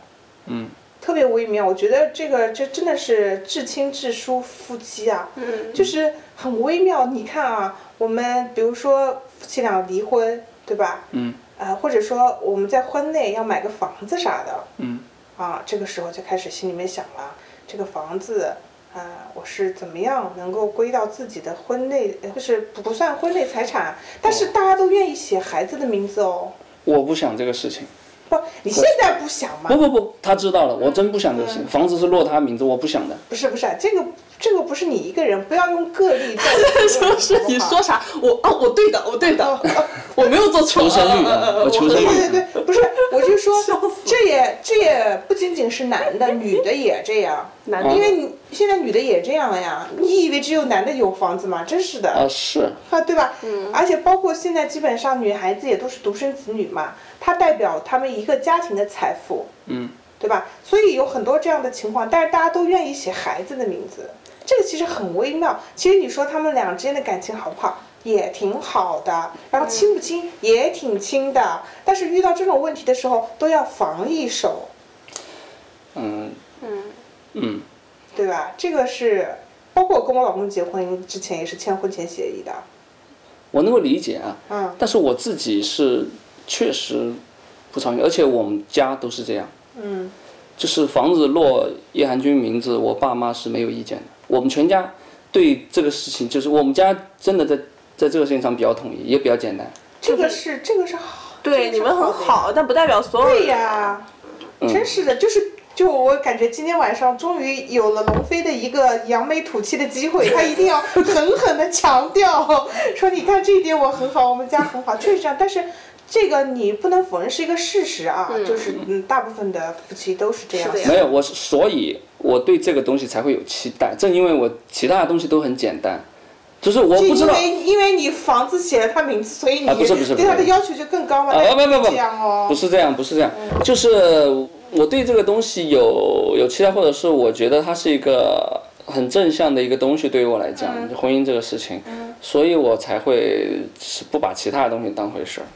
S3: 嗯，
S2: 特别微妙。我觉得这个这真的是至亲至疏夫妻啊，
S1: 嗯，
S2: 就是很微妙。你看啊，我们比如说夫妻俩离婚，对吧？
S3: 嗯
S2: 啊、或者说我们在婚内要买个房子啥的，
S3: 嗯
S2: 啊，这个时候就开始心里面想了，这个房子啊，我是怎么样能够归到自己的婚内，呃就是不不算婚内财产，但是大家都愿意写孩子的名字哦。
S3: 我不想这个事情。
S2: 不，你现在不想吗
S3: 不？不不，他知道了，我真不想就行。房子是落他名字，我不想的。
S2: 不是不是，这个这个不是你一个人，不要用个例在就
S1: 就是你 说啥，我哦，我对的，我对的，我没有做错。
S3: 求生
S1: 嗯嗯
S3: 欲
S1: 嗯
S3: 啊，我
S1: 嗯
S3: 求生
S2: 对对
S3: 欲。
S2: 对，不是，我就 说这也这也不仅仅是男的，女的也这样，
S1: 男
S3: 的
S2: 因为你现在女的也这样了呀，你以为只有男的有房子吗？真是的，
S3: 啊，是
S2: 啊， 对吧？嗯，而且包括现在基本上女孩子也都是独生子女嘛，它代表他们一个家庭的财富，
S3: 嗯，
S2: 对吧？所以有很多这样的情况，但是大家都愿意写孩子的名字，这个其实很微妙。其实你说他们俩之间的感情好不好？也挺好的，然后亲不亲也挺亲的，但是遇到这种问题的时候都要防一手，
S3: 嗯
S1: 嗯
S3: 嗯，
S2: 对吧？这个是包括我跟我老公结婚之前也是签婚前协议的，
S3: 我能够理解啊。
S2: 嗯，
S3: 但是我自己是确实不常用，而且我们家都是这样。
S2: 嗯，
S3: 就是房子落叶寒君名字，我爸妈是没有意见的。我们全家对这个事情，就是我们家真的在在这个事情上比较统一，也比较简单。
S2: 这个是这个是好，
S1: 对，
S2: 这
S1: 你
S2: 个
S1: 们
S2: 是
S1: 很
S2: 的呀
S1: 好，但不代表所有人。
S2: 对呀，
S3: 嗯
S2: 真是的，就是就我感觉今天晚上终于有了龙飞的一个扬眉吐气的机 会，他一定要狠狠的强调，说你看这一点我很好，我们家很好，确实这样，但是。这个你不能否认是一个事实啊，就是嗯，大部分的夫妻都是这样
S1: 是的呀
S3: 没有，我是所以我对这个东西才会有期待，正因为我其他的东西都很简单，就是我
S2: 就
S3: 不知
S2: 因
S3: 道
S2: 为因为你房子写了他名字，所以你
S3: 啊不是不是
S2: 对他
S3: 不
S2: 的
S3: 是
S2: 要求就更高嘛。
S3: 啊
S2: 但
S3: 不不不
S2: 是
S3: 不
S2: 这样哦，
S3: 不是这样，不是这样，就是我对这个东西有有期待，或者是我觉得它是一个很正向的一个东西，对于我来讲，
S2: 嗯
S3: 就婚姻这个事情，所以我才会是不把其他的东西当回事儿。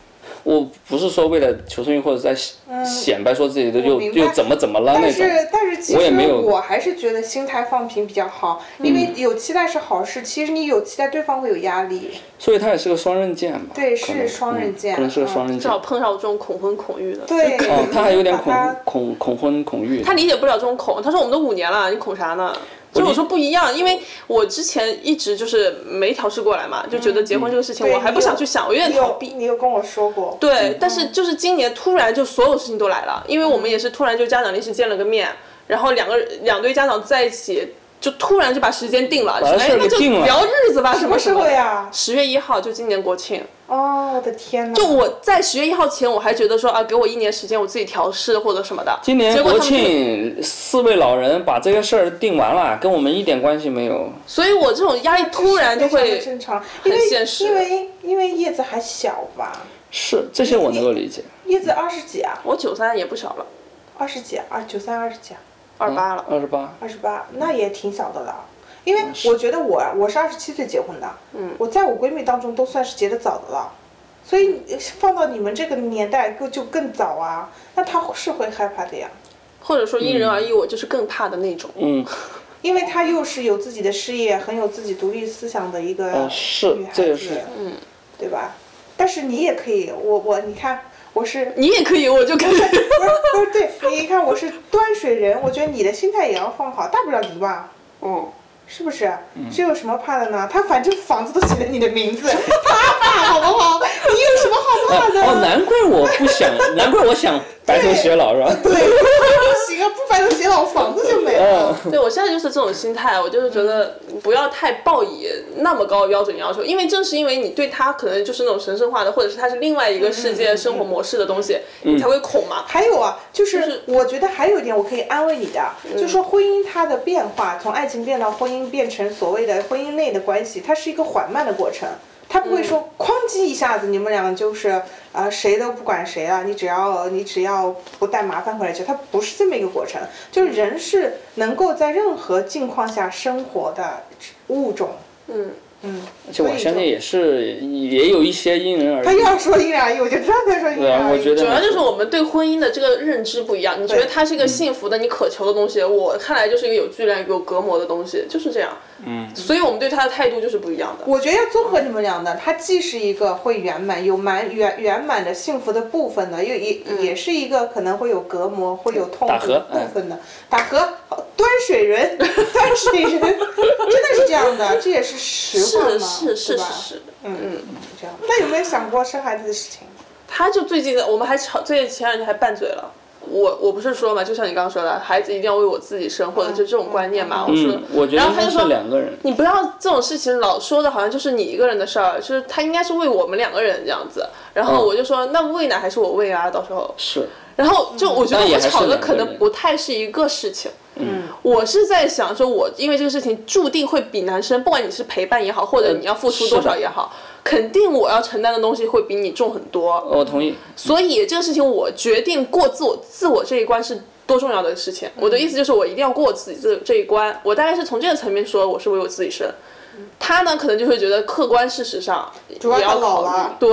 S3: 我不是说为了求生欲或者在显显摆说自己的
S2: 嗯我
S3: 又
S2: 明白
S3: 又怎么怎么了那
S2: 但
S3: 种，
S2: 是但是其
S3: 我也没
S2: 实
S3: 有嗯
S2: 我还是觉得心态放平比较好，因为有期待是好事，其实你有期待对方会有压力。
S3: 所以它也是个双刃剑吧？
S2: 对
S3: 可
S2: 是
S3: 能
S2: 双刃
S3: 嗯
S2: 剑
S3: 可能是个
S2: 嗯
S3: 双刃
S1: 正
S3: 剑
S1: 好。碰上我这种恐婚恐育的，
S2: 对，
S3: 哦，他还有点恐
S2: 把它
S3: 恐恐婚恐育。
S1: 他理解不了这种恐，他说我们都五年了，你恐啥呢？所以我说不一样，因为我之前一直就是没调试过来嘛，就觉得结婚这个事情
S2: 嗯对
S1: 我还不想去想，我有点
S2: 你
S1: 逃
S2: 有嗯
S1: 避。
S2: 你有跟我说过，
S1: 对，但是就是今年突然就所有事情都来了，因为我
S2: 嗯
S1: 们也是突然就家长临时见了个面，然后两个人两对家长在一起，就突然就把时间定了，
S3: 把事
S1: 哎
S3: 儿，
S1: 那
S3: 给
S1: 就
S3: 定了
S1: 聊日子吧，
S2: 什
S1: 啊什
S2: 么啊
S1: 么
S2: 时候？呀？
S1: 十月一号就今年国庆，
S2: 哦，我的天哪！
S1: 就我在十月一号前我还觉得说啊，给我一年时间我自己调试或者什么的。
S3: 今年
S1: 结果他
S3: 国
S1: 们就
S3: 庆，四位老人把这个事儿定完了，跟我们一点关系没有。
S1: 所以我这种压力突然就
S2: 非常
S1: 会
S3: 嗯
S2: 地，正常，因为
S1: 现实
S2: 因为因为叶子还小吧，
S3: 是，这些我能够理解。
S2: 叶子二十几啊，
S1: 我九三也不小了，
S2: 二十几啊，二九三二十几啊，
S1: 二八了。
S3: 二十八，
S2: 二十八，那也挺小的了。因为我觉得我啊我是二十七岁结婚的，我在我闺蜜当中都算是结得早的了，所以放到你们这个年代更就更早啊，那她是会害怕的呀，
S1: 或者说因人而异，我就是更怕的那种。
S3: 嗯，
S2: 因为她又是有自己的事业，很有自己独立思想的一个
S3: 哦是
S2: 女孩
S3: 这也
S2: 子
S3: 是
S1: 嗯，
S2: 对吧？但是你也可以，我我你看我是
S1: 你也可以，我 就可以。
S2: 不是 不是对，你看我是端水人，我觉得你的心态也要放好，大不了离嘛。
S1: 嗯，
S2: 是不是？
S3: 嗯
S2: 这有什么怕的呢？他反正房子都写了你的名字，他怕好不好？你有什么好怕的？
S3: 哦，难怪我 不想，难怪我想白头偕老是吧？
S2: 对，不行啊，不白头偕老，房子就没了。
S3: 嗯，
S1: 对我现在就是这种心态，我就是觉得不要太抱以那么高的标准要求，因为正是因为你对他可能就是那种神圣化的，或者是他是另外一个世
S3: 嗯
S1: 界生活模式的东西，你才会恐嘛。
S2: 还有啊，就是
S1: 就是嗯
S2: 我觉得还有一点我可以安慰你的，啊就是说婚姻它的变化，从爱情变到婚姻，变成所谓的婚姻内的关系，它是一个缓慢的过程。它
S1: 嗯
S2: 不会说哐叽一下子，你们俩就是呃谁都不管谁啊了，你只要你只要不带麻烦回来就，它不是这么一个过程。就是人是能够在任何境况下生活的物种。
S1: 嗯，
S2: 嗯，
S3: 而且我相信也是，也有一些因人而
S2: 他又
S3: 异。
S2: 要说因人而异，我就知道他说因
S3: 对
S2: 人
S3: 啊
S2: 而
S3: 我
S2: 异。
S3: 觉得
S1: 主要就是我们对婚姻的这个认知不一样。你觉得它
S3: 嗯
S1: 是一个幸福的、你可求的东西，我看来就是一个有质量、有隔膜的东西，就是这样。嗯，所以我们对它的态度就是不一样的。
S2: 我觉得要综合你们俩的，它既是一个会圆满、有满圆圆满的幸福的部分的，又也、也是一个可能会有隔膜、会有痛
S3: 打
S2: 苦的
S3: 和
S2: 部分的。打嗝，好端水 人，端水人，真的是这样的，这也是实话嘛，
S1: 是是是
S2: 对吧嗯
S1: 是是，
S2: 嗯，这样。那有没有想过生孩子的事情？
S1: 他就最近的，我们还吵，最近前两天还拌嘴了。我我不是说嘛，就像你刚刚说的，孩子一定要为我自己生，或者就这种观念嘛。我说，
S3: 嗯，我觉
S1: 然
S3: 得
S1: 后他
S3: 应该
S1: 就是说，
S3: 两个人。
S1: 你不要这种事情老说的好像就是你一个人的事儿，就是他应该是为我们两个人这样子。然后
S3: 嗯
S1: 我就说，那喂奶还是我喂啊，到时候。
S3: 是，
S1: 然后就我觉得
S3: 那也
S1: 我
S3: 还是
S1: 吵的
S3: 两个
S1: 可能
S3: 人
S1: 不太是一个事情。嗯，我是在想说，我因为这个事情注定会比男生，不管你是陪伴也好，或者你要付出多
S3: 呃是
S1: 少
S3: 的
S1: 也好，肯定我要承担的东西会比你重很多。
S3: 我同意。
S1: 所以这个事情，我决定过自我自我这一关是多重要的事
S2: 嗯
S1: 情。我的意思就是，我一定要过我自己这这一关。我大概是从这个层面说，我是为我自己生。他呢，可能就会觉得客观事实上
S2: 要
S1: 也要
S2: 他
S1: 考
S2: 老
S1: 虑
S2: 了。
S1: 对，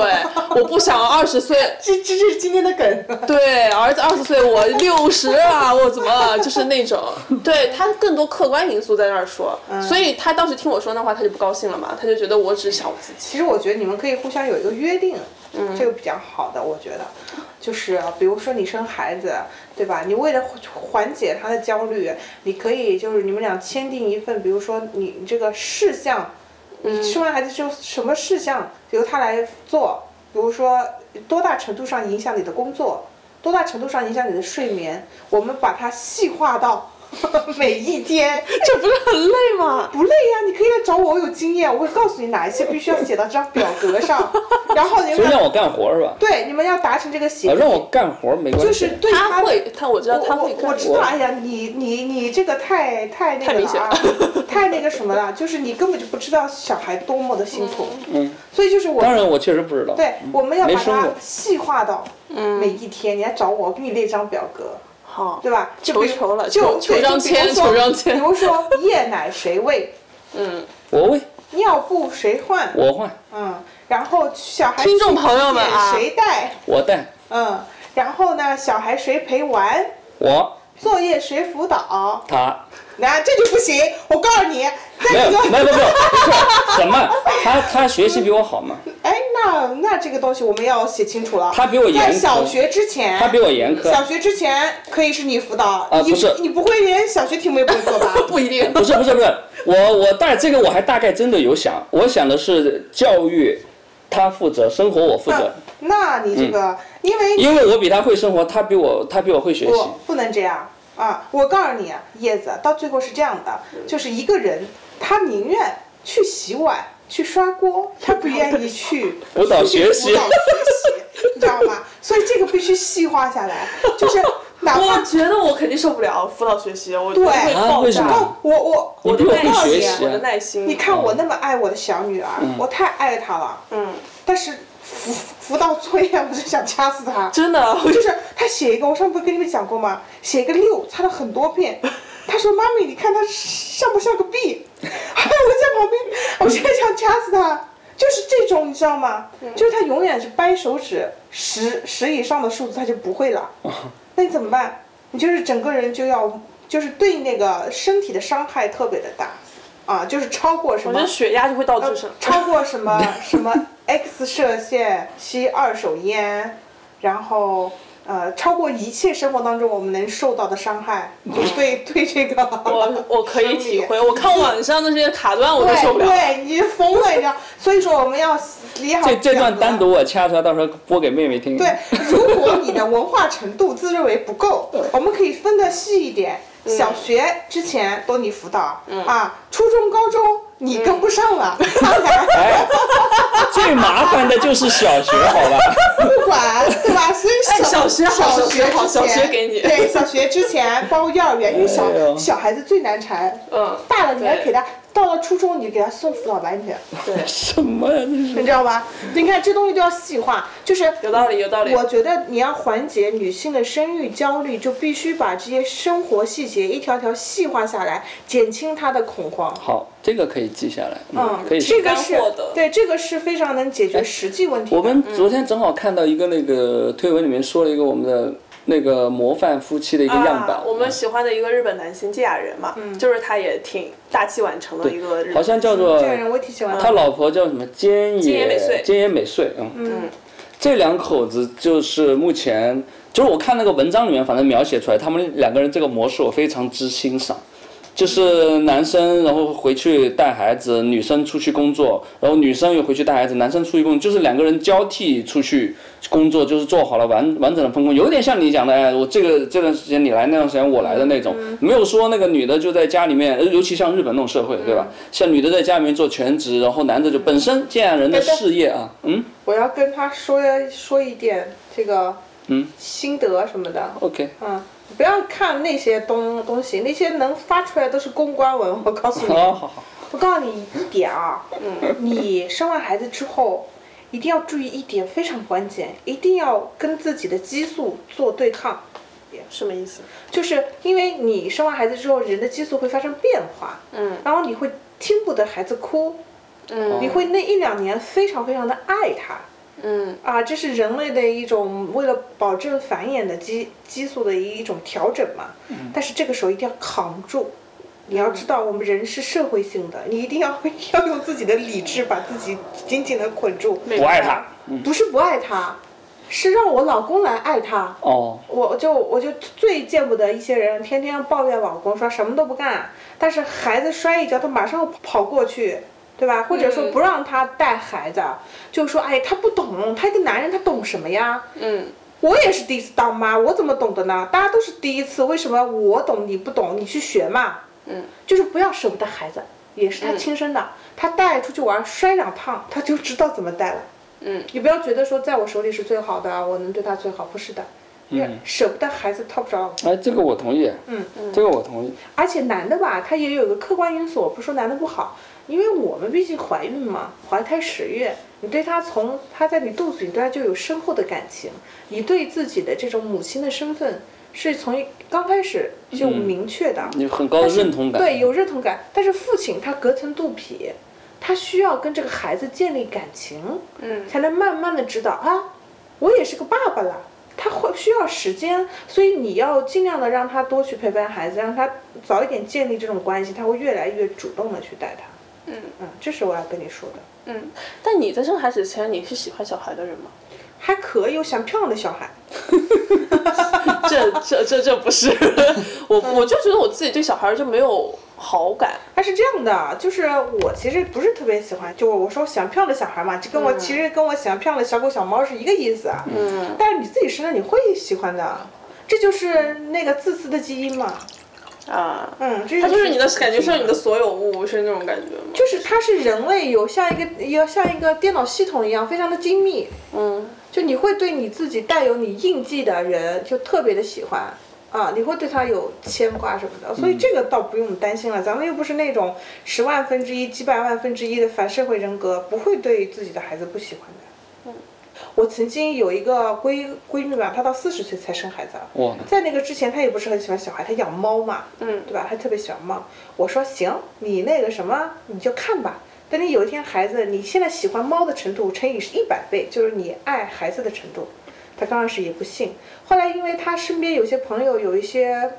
S1: 我不想二十岁
S2: 这这这是今天的梗。
S1: 对，儿子二十岁，我六十了，我怎么了就是那种，对他更多客观因素在那儿说，
S2: 嗯
S1: 所以他当时听我说那话，他就不高兴了嘛，他就觉得我只想我自己。
S2: 其实我觉得你们可以互相有一个约定，这个比较好的，我觉得，就是呃比如说你生孩子，对吧？你为了缓解他的焦虑，你可以就是你们俩签订一份，比如说你你这个事项，你生完孩子之后什么事项由他来做，比如说多大程度上影响你的工作，多大程度上影响你的睡眠，我们把它细化到 每一天。
S1: 这不是很累吗？
S2: 不累呀、你可以来找我，我有经验，我会告诉你哪一些必须要写到这张表格 上，然后你
S3: 所以
S2: 们
S3: 让
S2: 要
S3: 我干活是吧？
S2: 对你们要达成这个协
S3: 啊，
S2: 议，
S3: 让我干活没关系。
S2: 就是对
S1: 他
S2: 他的。
S1: 会，他我知道他会
S2: 我我
S1: 干
S2: 我知道，哎呀，你你你这个太太那
S1: 太
S2: 个
S1: 明
S2: 了
S1: 显
S2: 啊， 太那个什么了，就是你根本就不知道小孩多么的辛苦，
S3: 嗯，
S2: 所以就是我
S3: 当然我确实不知道。
S2: 对
S3: 嗯
S2: 我们要
S3: 没
S2: 把
S3: 生
S2: 它
S3: 过。
S2: 细化到每一天，你来找我，我给你列一张表格，
S1: 嗯好，
S2: 对吧？就
S1: 求
S2: 比如
S1: 求了
S2: 就
S1: 求求
S2: 对就
S1: 张
S2: 比如
S1: 签
S2: 说
S1: 求张签
S2: 比如说夜奶谁喂，
S1: 嗯，
S3: 我喂，
S2: 尿布谁换，
S3: 我换，
S2: 嗯，然后小孩
S1: 听众朋友们啊
S2: 谁带？
S3: 我带，
S2: 嗯，然后呢，小孩谁陪玩？
S3: 我
S2: 作业谁辅导？
S3: 他。
S2: 那这就不行，我告诉你，在
S3: 没有，
S2: 这
S3: 没有，
S2: 个，
S3: 没有，没有，不是什么？他他学习比我好嘛？
S2: 哎，那那这个东西我们要写清楚了。
S3: 他比我
S2: 在
S3: 严
S2: 小
S3: 苛，
S2: 学之前，
S3: 他比我严苛。
S2: 小学之前可以是你辅导，
S3: 啊
S2: 你
S3: 不是
S2: 你不会连小学题目也不会做吧？
S1: 不一定。
S3: 不是不是不是，我我大这个我还大概真的有想，我想的是教育，他负责，生活我负责，
S2: 嗯那你这个，因为
S3: 嗯因为我比他会生活，他比我他比我会学习。
S2: 不，不能这样啊！我告诉你，叶子到最后是这样的，就是一个人他宁愿去洗碗、去刷锅，他不愿意去
S3: 辅导学
S2: 去辅
S3: 习
S2: 导学习，你知道吗？所以这个必须细化下来，就是哪
S1: 我
S2: 怕
S1: 觉得我肯定受不了辅导学习，我
S2: 对
S1: 我会
S3: 啊
S1: 爆
S3: 为什
S1: 炸。
S3: 么
S2: 哦，我我
S3: 你
S1: 我的
S3: 比我
S1: 耐
S3: 会
S1: 心，
S3: 学习
S1: 我的
S3: 啊！
S1: 耐心。
S2: 你看我那么爱我的小女儿，我太爱她了，
S1: 嗯，
S2: 但是辅辅导作业，我就想掐死她。
S1: 真的，我
S2: 就是他写一个，我上次不是跟你们讲过吗？写一个六，擦了很多遍。他说：“妈咪，你看他像不像个 B？” 还有我在旁边，我现在想掐死他。就是这种，你知道吗？就是他永远是掰手指，十十以上的数字他就不会了。那你怎么办？你就是整个人就要，就是对那个身体的伤害特别的大，啊，就是超过什
S1: 我觉
S2: 么
S1: 得血压就会导致什么？
S2: 超过 什么什么 X 射线、吸二手烟，然后呃，超过一切生活当中我们能受到的伤害，就 对对这个
S1: 我嗯我可以体会，我看网上的这些卡段我都受
S2: 对
S1: 不了。
S2: 对，你就疯了，你知道？所以说我们要理好
S3: 这这
S2: 表
S3: 段
S2: 格
S3: 单独我掐出来，到时候播给妹妹 听。
S2: 对，如果你的文化程度自认为不够，我们可以分得细一点。
S1: 嗯
S2: 小学之前都你辅导、啊，初中、高中你跟不上了，
S1: 嗯
S3: 哎，最麻烦的就是小学，好吧？
S2: 不管，对吧？所以
S1: 哎小
S2: 小、
S1: 学好
S2: 小
S1: 小学好
S2: 之前
S1: 小学给你
S2: 对，小学之前包括幼儿园，因为小、
S3: 哎呦
S2: 小孩子最难缠，
S1: 嗯，
S2: 大了你还
S1: 对
S2: 给他，到了初中你就给他送辅导班 去，
S1: 对，
S3: 什么呀？这是
S2: 你知道吧？你看这东西都要细化，就是
S1: 有道理，有道理。
S2: 我觉得你要缓解女性的生育焦虑，就必须把这些生活细节一条条细化下来，减轻她的恐慌。
S3: 好，这个可以记下来。
S2: 嗯，
S3: 可以。
S2: 这个是
S1: 干货的
S2: 对，这个是非常能解决实际问题
S3: 我
S2: 的。
S3: 们昨天正好看到一个那个推文里面说了一个我们的那个模范夫妻的一个样板，嗯
S1: 啊，我们喜欢的一个日本男星芥雅人嘛，就是他也挺大器晚成的一个日本，
S3: 好像叫做
S2: 这个人我挺喜欢的。
S3: 他老婆叫什么菅
S1: 嗯菅野
S3: 野
S1: 美穗
S3: 菅野美穗，嗯，这两口子就是目前就是我看那个文章里面，反正描写出来他们两个人这个模式，我非常之欣赏。就是男生然后回去带孩子，女生出去工作，然后女生又回去带孩子，男生出去工作，就是两个人交替出去工作，就是做好了完完整的分工，有点像你讲的，哎，我这个这段时间你来，那段时间我来的那种，没有说那个女的就在家里面，呃尤其像日本那种社会，对
S2: 嗯
S3: 吧？像女的在家里面做全职，然后男的就本身这样人的事业啊，嗯
S2: 我要跟他说说一点这个嗯心得什么的，
S3: ，OK，
S2: 嗯，不要看那些东东西，那些能发出来都是公关文。我告诉你，
S3: 好好好，
S2: 我告诉你一点啊，
S1: 嗯
S2: 你生完孩子之后，一定要注意一点非常关键，一定要跟自己的激素做对抗，
S1: 什么意思？
S2: 就是因为你生完孩子之后，人的激素会发生变化，
S1: 嗯
S2: 然后你会听不得孩子哭，
S1: 嗯
S2: 你会那一两年非常非常的爱他。
S1: 嗯
S2: 啊，这是人类的一种为了保证繁衍的激激素的一种调整嘛。但是这个时候一定要扛住，你要知道我们人是社会性的，你一定要要用自己的理智把自己紧紧的捆住。
S1: 没
S3: 不爱他，
S2: 不是不爱他，是让我老公来爱他。
S3: 哦，
S2: 我就我就最见不得一些人天天抱怨老公说什么都不干，但是孩子摔一跤，他马上跑过去，对吧？或者说
S1: 嗯
S2: 不让他带孩子，就说哎，他不懂，他一个男人他懂什么呀？
S1: 嗯
S2: 我也是第一次当妈，我怎么懂得呢？大家都是第一次，为什么我懂你不懂？你去学嘛。
S1: 嗯，
S2: 就是不要舍不得孩子，也是他亲生的，他带出去玩摔两趟，他就知道怎么带了。
S1: 嗯，
S2: 你不要觉得说在我手里是最好的，我能对他最好，不是的。嗯，舍不得孩子套不着老公，
S3: 哎，这个我同意，
S2: 嗯，
S3: 这个我同意，
S2: 而且男的吧，他也有一个客观因素，我不是说男的不好，因为我们毕竟怀孕嘛，怀胎十月，你对他从他在你肚子里对他就有深厚的感情，你对自己的这种母亲的身份是从一刚开始就明确的，
S3: 有很高的认同感，
S2: 对，有认同感。但是父亲他隔层肚皮，他需要跟这个孩子建立感情，
S1: 嗯
S2: 才能慢慢的知道啊，我也是个爸爸了。他会需要时间，所以你要尽量的让他多去陪伴孩子，让他早一点建立这种关系，他会越来越主动的去带他。
S1: 嗯
S2: 嗯，这是我要跟你说的。
S1: 嗯。但你在生孩子前，你是喜欢小孩的人吗？
S2: 还可以，有想漂亮的小孩，
S1: 这这这这不是 我，我就觉得我自己对小孩就没有好感。
S2: 他是这样的，就是我其实不是特别喜欢，就我说想漂亮的小孩嘛，这跟我、
S1: 嗯
S2: 其实跟我想漂亮的小狗小猫是一个意思啊。嗯。但是你自己身上你会喜欢的，这就是那个自私的基因嘛。
S1: 啊，
S2: 嗯，这
S1: 它就是你的感觉，像
S2: 是
S1: 你的，所有物，是那种感觉吗？
S2: 就是它是人类有像一个要像一个电脑系统一样非常的精密，
S1: 嗯
S2: 就你会对你自己带有你印记的人就特别的喜欢啊，你会对他有牵挂什么的，所以这个倒不用担心了。咱们又不是那种十万分之一、几百万分之一的反社会人格，不会对自己的孩子不喜欢的。我曾经有一个闺闺蜜吧，她到四十岁才生孩子啊，
S3: 哇，
S2: 在那个之前她也不是很喜欢小孩，她养猫嘛，
S1: 嗯
S2: 对吧？她特别喜欢猫。我说行，你那个什么，你就看吧。等你有一天孩子，你现在喜欢猫的程度乘以一百倍，就是你爱孩子的程度。她刚开始也不信，后来因为她身边有些朋友有一些，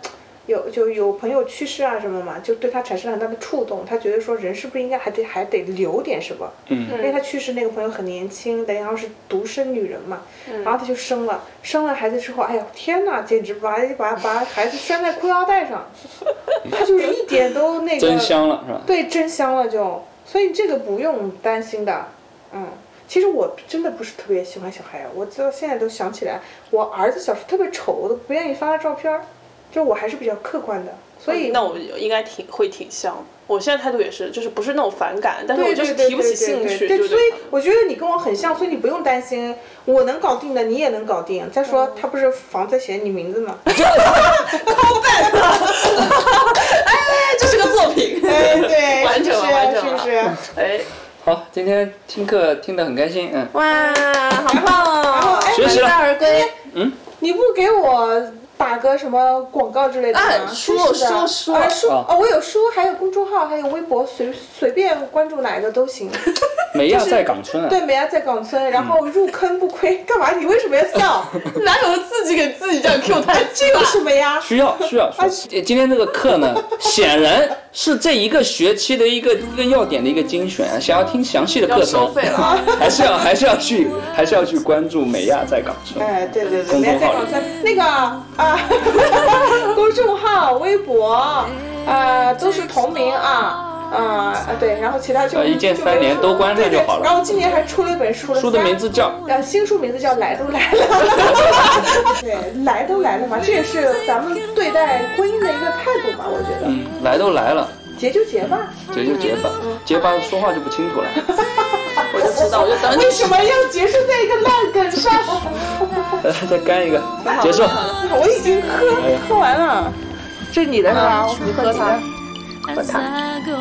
S2: 有就有朋友去世啊什么嘛，就对她产生了很大的触动。她觉得说人是不是应该还得还得留点什么？
S3: 嗯
S2: 因为她去世那个朋友很年轻，然后是独生女人嘛，然后她就生了，生了孩子之后，哎呀天哪，简直把把把孩子拴在裤腰带上， 她就是一点都那个
S3: 真香了是吧？
S2: 对，真香了就，所以这个不用担心的。嗯，其实我真的不是特别喜欢小孩，啊我到现在都想起来，我儿子小时候特别丑，我都不愿意发他照片儿，就我还是比较客观的，所以、
S1: 嗯那我应该挺会挺像的。我现在态度也是，就是不是那种反感，但是我就是
S2: 对对
S1: 提不起兴
S2: 对
S1: 趣，
S2: 对对
S1: 就
S2: 对，所
S1: 对
S2: 以
S1: 他们
S2: 我觉得你跟我很像，所以你不用担心，我能搞定的你也能搞定。再
S1: 嗯
S2: 说他不是房子写你名 字吗？
S1: 哎，这是个作 品，
S2: 哎，对，
S1: 完整
S2: 是
S1: 了
S2: 不是
S1: 完整
S2: 是
S1: 了
S2: 不是？
S1: 哎，
S3: 好，今天听课听得很开心，嗯，
S1: 哇，好
S2: 然后
S1: 棒哦！
S2: 哎，
S3: 学习了
S2: 满载而归。
S3: 嗯，
S2: 你不给我打个什么广告之类的
S1: 哎
S2: 吗？
S1: 书
S2: 真是的
S1: 书书
S2: 啊书
S3: 啊
S2: 哦，我有书，还有公众号，还有微博，随随便关注哪一个都行。
S3: 美亚在港村啊，
S2: 对，美亚在港村，然后入坑不亏。干嘛？你为什么要笑？
S1: 哪有自己给自己这样 Q 台这
S2: 为什么呀？
S3: 需要需要需
S1: 哎
S3: 要。今天这个课呢，显然是这一个学期的一个一个要点的一个精选啊。想要听详细的
S1: 要
S3: 课
S1: 收
S3: 程，
S1: 费了啊？
S3: 还是要还是要去还是要去关注美亚在港 村。
S2: 哎，对对对，
S3: 公众
S2: 美亚在
S3: 号
S2: 港村那个啊，公众号、微博，呃，都是同名啊，啊、呃，对，然后其他就
S5: 呃一键
S2: 就没
S5: 三连
S2: 出
S5: 都关上
S2: 对对
S5: 就好了
S2: 然后今年还出了一本书了，
S5: 书的名字叫
S2: 呃，新书名字 叫《来都来了》， 对，来都来了嘛，这也是咱们对待婚姻的一个态度嘛，我觉得，
S5: 嗯，来都来了，
S2: 结就结吧，
S5: 结就结吧，
S1: 嗯
S5: 结吧说话就不清楚了。
S1: 我就知道，我就等你
S2: 为什么要结束在一个烂 梗上？
S5: 来，再干一个，结束。
S2: 我已经喝
S1: 哎
S2: 喝完了，这是你的是啊吧？
S1: 嗯
S2: 你喝它。
S6: As I go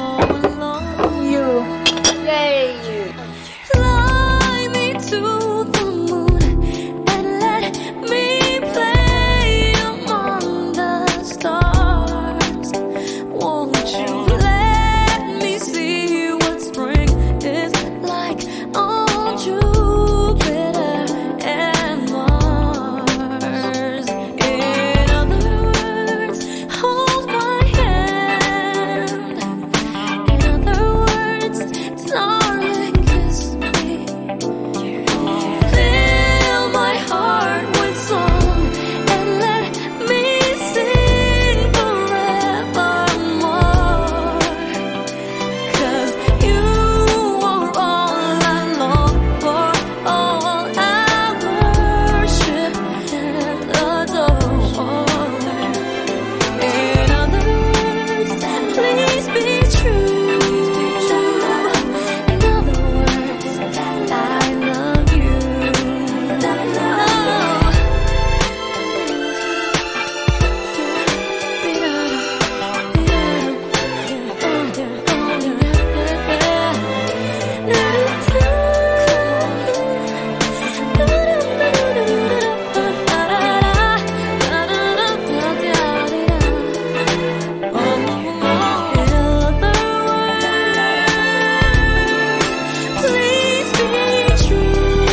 S6: along, fly me to the moon and let me play among the stars. Won't you let me see what spring is like on Jupiter and Mars? In other words, hold my hand. In other words, darling, kiss me. Fill my heart with song and let me sing forevermore. 'Cause you are all I long for, all I worship and adore. In other words, please be true. In other words, I love you. Please be true.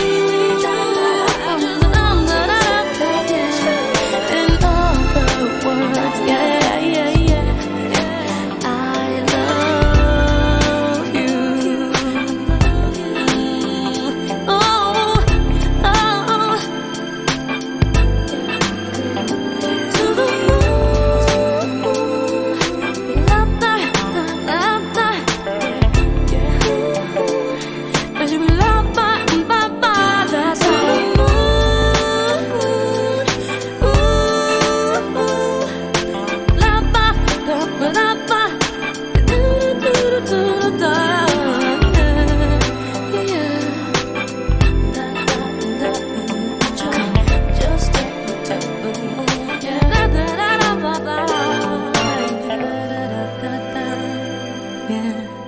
S6: In other words, yeah, yeah, yeah. I love you. Oh, oh, to the moon. Cause you love my, my, my, that's all. Ooh, ooh, ooh. La ba, da ba, da ba. Do, do, do, do, do, da. Yeah. Da, da, da, da. Come, just take me to the moon. Yeah. Da, da, da, da, ba, ba. Da, da, da, da, da. Yeah.